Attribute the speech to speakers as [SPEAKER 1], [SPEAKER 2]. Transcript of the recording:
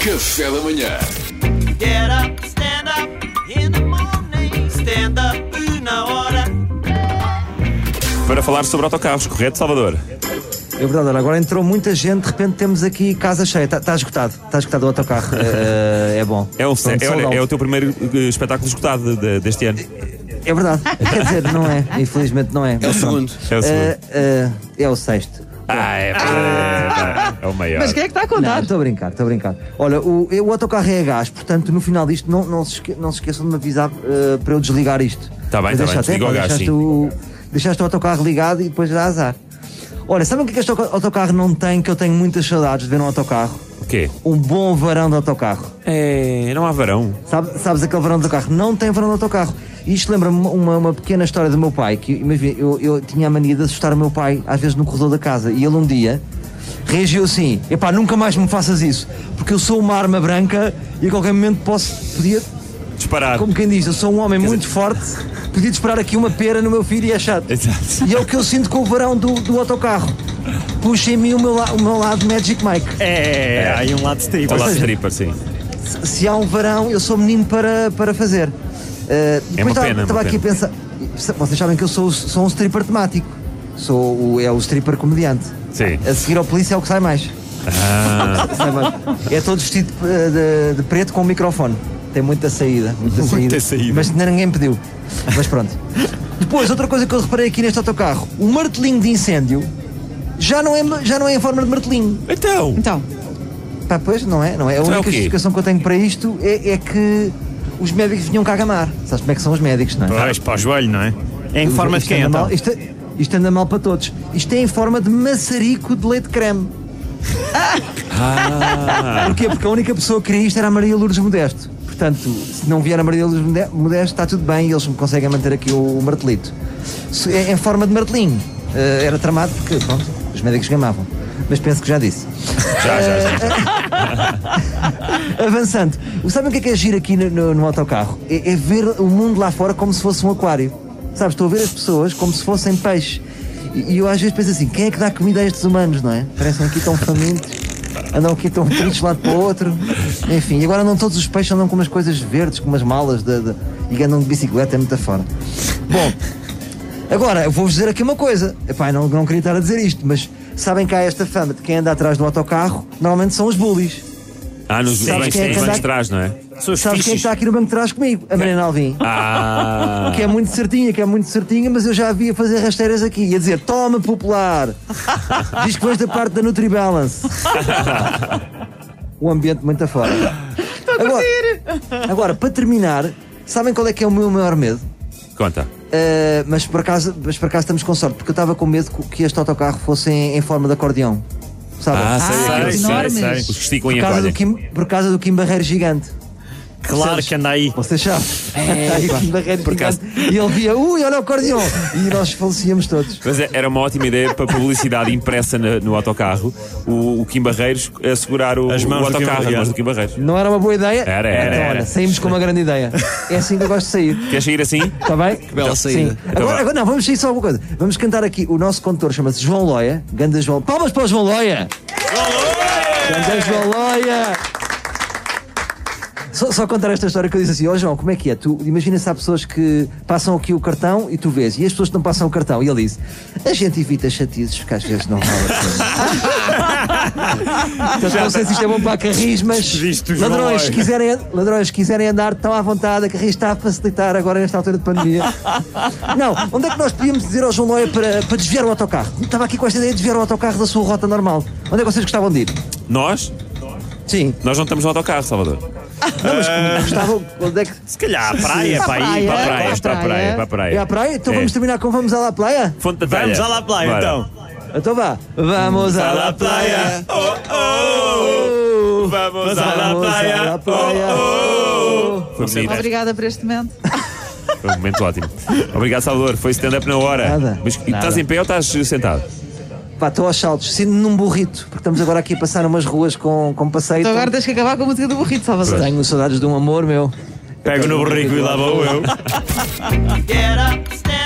[SPEAKER 1] Café da manhã.
[SPEAKER 2] Get up, stand up in the morning. Stand up na hora.
[SPEAKER 3] Para falar sobre autocarros, correto, Salvador?
[SPEAKER 4] É verdade, olha, agora entrou muita gente, de repente temos aqui casa cheia. Está tá esgotado, está esgotado o autocarro. Eh, eh, é bom.
[SPEAKER 3] É, um,
[SPEAKER 4] Pronto,
[SPEAKER 3] é, olha,
[SPEAKER 4] sold out.
[SPEAKER 3] é o teu primeiro eh, espetáculo escutado de- deste ano.
[SPEAKER 4] É verdade. Quer dizer, não é. Infelizmente não é.
[SPEAKER 5] É o
[SPEAKER 4] Mas
[SPEAKER 5] segundo.
[SPEAKER 4] pronto.
[SPEAKER 3] É o segundo.
[SPEAKER 4] Eh, eh, é o sexto.
[SPEAKER 3] Ah, é, pá, é o maior.
[SPEAKER 6] Mas quem é que está a
[SPEAKER 4] Não,
[SPEAKER 6] contar?
[SPEAKER 4] estou a brincar, estou a brincar. Olha, o, o autocarro é a gás, portanto, no final disto, não, não, se, esque- não se esqueçam de me avisar eh, para eu desligar isto.
[SPEAKER 3] Tá bem,
[SPEAKER 4] Mas
[SPEAKER 3] tá bem,
[SPEAKER 4] deixa até,
[SPEAKER 3] desliga o
[SPEAKER 4] pá,
[SPEAKER 3] gás,
[SPEAKER 4] deixaste,
[SPEAKER 3] sim.
[SPEAKER 4] o, deixaste o autocarro ligado e depois dá azar. Olha, sabem o que é que este auto- autocarro não tem, que eu tenho muitas saudades de ver um autocarro?
[SPEAKER 3] O quê?
[SPEAKER 4] Um bom varão de autocarro. Eh,
[SPEAKER 3] É, não há varão.
[SPEAKER 4] Sabe- sabes aquele varão do autocarro? Não tem varão do autocarro. E isto lembra-me uma, uma pequena história do meu pai, que imagina, eu, eu tinha a mania de assustar o meu pai, às vezes no corredor da casa, e ele um dia reagiu assim: epá, nunca mais me faças isso, porque eu sou uma arma branca e a qualquer momento posso, podia,
[SPEAKER 3] Disparar.
[SPEAKER 4] como quem diz, eu sou um homem muito forte, podia disparar aqui uma pera no meu filho e é chato.
[SPEAKER 3] Exato.
[SPEAKER 4] E é o que eu sinto com o varão do, do autocarro. Puxa em mim o meu, la- o meu lado Magic Mike.
[SPEAKER 3] É, é. aí um lado stripper. Um lado
[SPEAKER 4] seja-
[SPEAKER 3] stripper, sim.
[SPEAKER 4] se há um varão, eu sou menino para, para fazer. Eh,
[SPEAKER 3] É uma
[SPEAKER 4] depois
[SPEAKER 3] pena, é uma
[SPEAKER 4] estava aqui a
[SPEAKER 3] pena.
[SPEAKER 4] pensar. Vocês sabem que eu sou, o- sou um stripper temático. Sou o, é o stripper comediante.
[SPEAKER 3] Sim. Ah.
[SPEAKER 4] A seguir ao polícia é o que sai mais. Sai mais. É todo vestido eh, de, de preto com um microfone. Tem muita saída. Muita, saída.
[SPEAKER 3] saída.
[SPEAKER 4] Mas ainda ninguém pediu. Mas pronto. Depois, outra coisa que eu reparei aqui neste autocarro: o martelinho de incêndio já não é, já não é em forma de martelinho.
[SPEAKER 3] Então,
[SPEAKER 6] Então,
[SPEAKER 4] Pá, pois, não é? Não é? A
[SPEAKER 3] Então é o
[SPEAKER 4] única
[SPEAKER 3] quê?
[SPEAKER 4] justificação que eu tenho para isto é, é que os médicos vinham cá gamar. Sabes como é que são os médicos, não é?
[SPEAKER 7] Vais para o joelho, não é? É em forma de
[SPEAKER 4] Isto
[SPEAKER 7] quem,
[SPEAKER 4] anda
[SPEAKER 7] então?
[SPEAKER 4] mal- isto, é, isto anda mal para todos. Isto é em forma de maçarico de leite de creme. Porquê? Porque a única pessoa que queria isto era a Maria Lourdes Modesto. Portanto, se não vier a Maria Lourdes Mode- Modesto, está tudo bem, eles me conseguem manter aqui o, o martelito. Se- é em forma de martelinho. Eh, era tramado porque, pronto, os médicos gamavam. Mas penso que já disse.
[SPEAKER 3] já, já, já.
[SPEAKER 4] Avançando, sabem o que é que é agir aqui no, no- no autocarro? É, é ver o mundo lá fora como se fosse um aquário. Sabes, estou a ver as pessoas como se fossem peixes. E, e eu às vezes penso assim: quem é que dá comida a estes humanos, não é? Parecem aqui tão famintos, andam aqui tão tristes de um lado para o outro. Enfim, e agora não todos os peixes andam com umas coisas verdes, com umas malas de, de- e andam de bicicleta, é muito fora. Bom, agora eu vou-vos dizer aqui uma coisa: Epá, eu não, não queria estar a dizer isto, mas sabem que há esta fama de quem anda atrás do autocarro normalmente são os bullies.
[SPEAKER 7] então?
[SPEAKER 3] Ah, nos
[SPEAKER 4] Sabes
[SPEAKER 3] bancos
[SPEAKER 4] quem é que
[SPEAKER 3] nos bancos
[SPEAKER 4] anda-
[SPEAKER 3] de trás, não é?
[SPEAKER 4] Sabes quem é que está aqui no banco de trás comigo? A Mariana Alvim.
[SPEAKER 3] Ah,
[SPEAKER 4] Que é muito certinha, que é muito certinha, mas eu já a vi a fazer rasteiras aqui e a dizer: toma popular! Diz que vens da parte da NutriBalance. o ambiente muito afora. Estou a agora, agora, para terminar, sabem qual é que é o meu maior medo?
[SPEAKER 3] conta.
[SPEAKER 4] Uh, mas, por acaso, mas por acaso estamos com sorte, porque eu estava com medo que- que este autocarro fosse em, em forma de acordeão. Sabem?
[SPEAKER 3] Ah, sei,
[SPEAKER 6] Ah,
[SPEAKER 3] aqueles-
[SPEAKER 6] enormes.
[SPEAKER 3] Os que esticam
[SPEAKER 4] por,
[SPEAKER 3] e
[SPEAKER 4] causa do
[SPEAKER 3] acolhem.
[SPEAKER 4] Kim, por causa do Kim Barreiro gigante.
[SPEAKER 7] Claro que anda aí.
[SPEAKER 4] Vocês sabem.
[SPEAKER 3] É,
[SPEAKER 4] Está aí aqui na rede gigante. E ele via, ui, olha o acordeão. E nós falecíamos todos.
[SPEAKER 3] Mas é- era uma ótima ideia para publicidade impressa na- no autocarro, o, o Kim Barreiros a segurar o,
[SPEAKER 7] As mãos
[SPEAKER 3] o
[SPEAKER 7] do Kim
[SPEAKER 3] autocarro, as
[SPEAKER 7] Barreiros.
[SPEAKER 3] mãos do Kim Barreiros.
[SPEAKER 4] Não era uma boa ideia?
[SPEAKER 3] Era, era,
[SPEAKER 4] Então,
[SPEAKER 3] era.
[SPEAKER 4] olha, saímos com uma grande ideia. É assim que eu gosto de sair.
[SPEAKER 3] Queres sair assim?
[SPEAKER 4] Está Tá bem? Que
[SPEAKER 5] bela saída. Então
[SPEAKER 4] Agora, agora, não, vamos sair só uma coisa. Vamos cantar aqui. O nosso condutor chama-se João Loia. Ganda João. Palmas para o João Loia! Ganda João Loia! Só, só contar esta história que eu disse assim: Ó João, como é que é? Tu imagina se há pessoas que passam aqui o cartão e tu vês, e as pessoas que não passam o cartão. E ele disse: A gente evita chatices porque às vezes não vale a pena. Portanto, não sei
[SPEAKER 3] tá.
[SPEAKER 4] se isto é bom para carris, mas
[SPEAKER 7] Viste o João
[SPEAKER 4] ladrões, se
[SPEAKER 7] Loira.
[SPEAKER 4] quiserem, ladrões, se quiserem andar, estão à vontade. A carris está a facilitar agora nesta altura de pandemia. Não, onde é que nós podíamos dizer ao João Loia para, para desviar o autocarro? Estava aqui com esta ideia de desviar o autocarro da sua rota normal. Onde é que vocês gostavam de ir?
[SPEAKER 3] Nós?
[SPEAKER 4] Sim,
[SPEAKER 3] Nós não estamos no autocarro, Salvador.
[SPEAKER 4] gostavam. Onde é que.
[SPEAKER 7] Se calhar, à praia, para aí.
[SPEAKER 3] Para a praia,
[SPEAKER 6] para a
[SPEAKER 3] para a praia,
[SPEAKER 6] praia.
[SPEAKER 3] para a
[SPEAKER 4] É à
[SPEAKER 3] praia.
[SPEAKER 4] praia? Então
[SPEAKER 3] É.
[SPEAKER 4] vamos terminar com vamos à La Playa?
[SPEAKER 3] Fonte da
[SPEAKER 7] Vamos
[SPEAKER 3] telha.
[SPEAKER 7] à La Playa,
[SPEAKER 3] Bora.
[SPEAKER 7] então.
[SPEAKER 4] Então vá. Vamos à La Playa. Oh,
[SPEAKER 3] Vamos à La
[SPEAKER 4] Vamos à
[SPEAKER 3] Playa. Oh,
[SPEAKER 4] La Playa.
[SPEAKER 3] Foi bonito.
[SPEAKER 6] obrigada por este momento.
[SPEAKER 3] Foi um momento ótimo. Obrigado, Salvador. Foi stand-up na hora.
[SPEAKER 4] Nada.
[SPEAKER 3] Mas e estás em pé ou estás sentado?
[SPEAKER 4] Pá, estou aos saltos, sinto num burrito, porque estamos agora aqui a passar umas ruas com, com passeio.
[SPEAKER 6] Então agora tens que acabar com a música do burrito, Salvador.
[SPEAKER 4] Tenho saudades de um amor, meu.
[SPEAKER 7] Pego no borrico e lá vou eu.
[SPEAKER 2] Get up, stand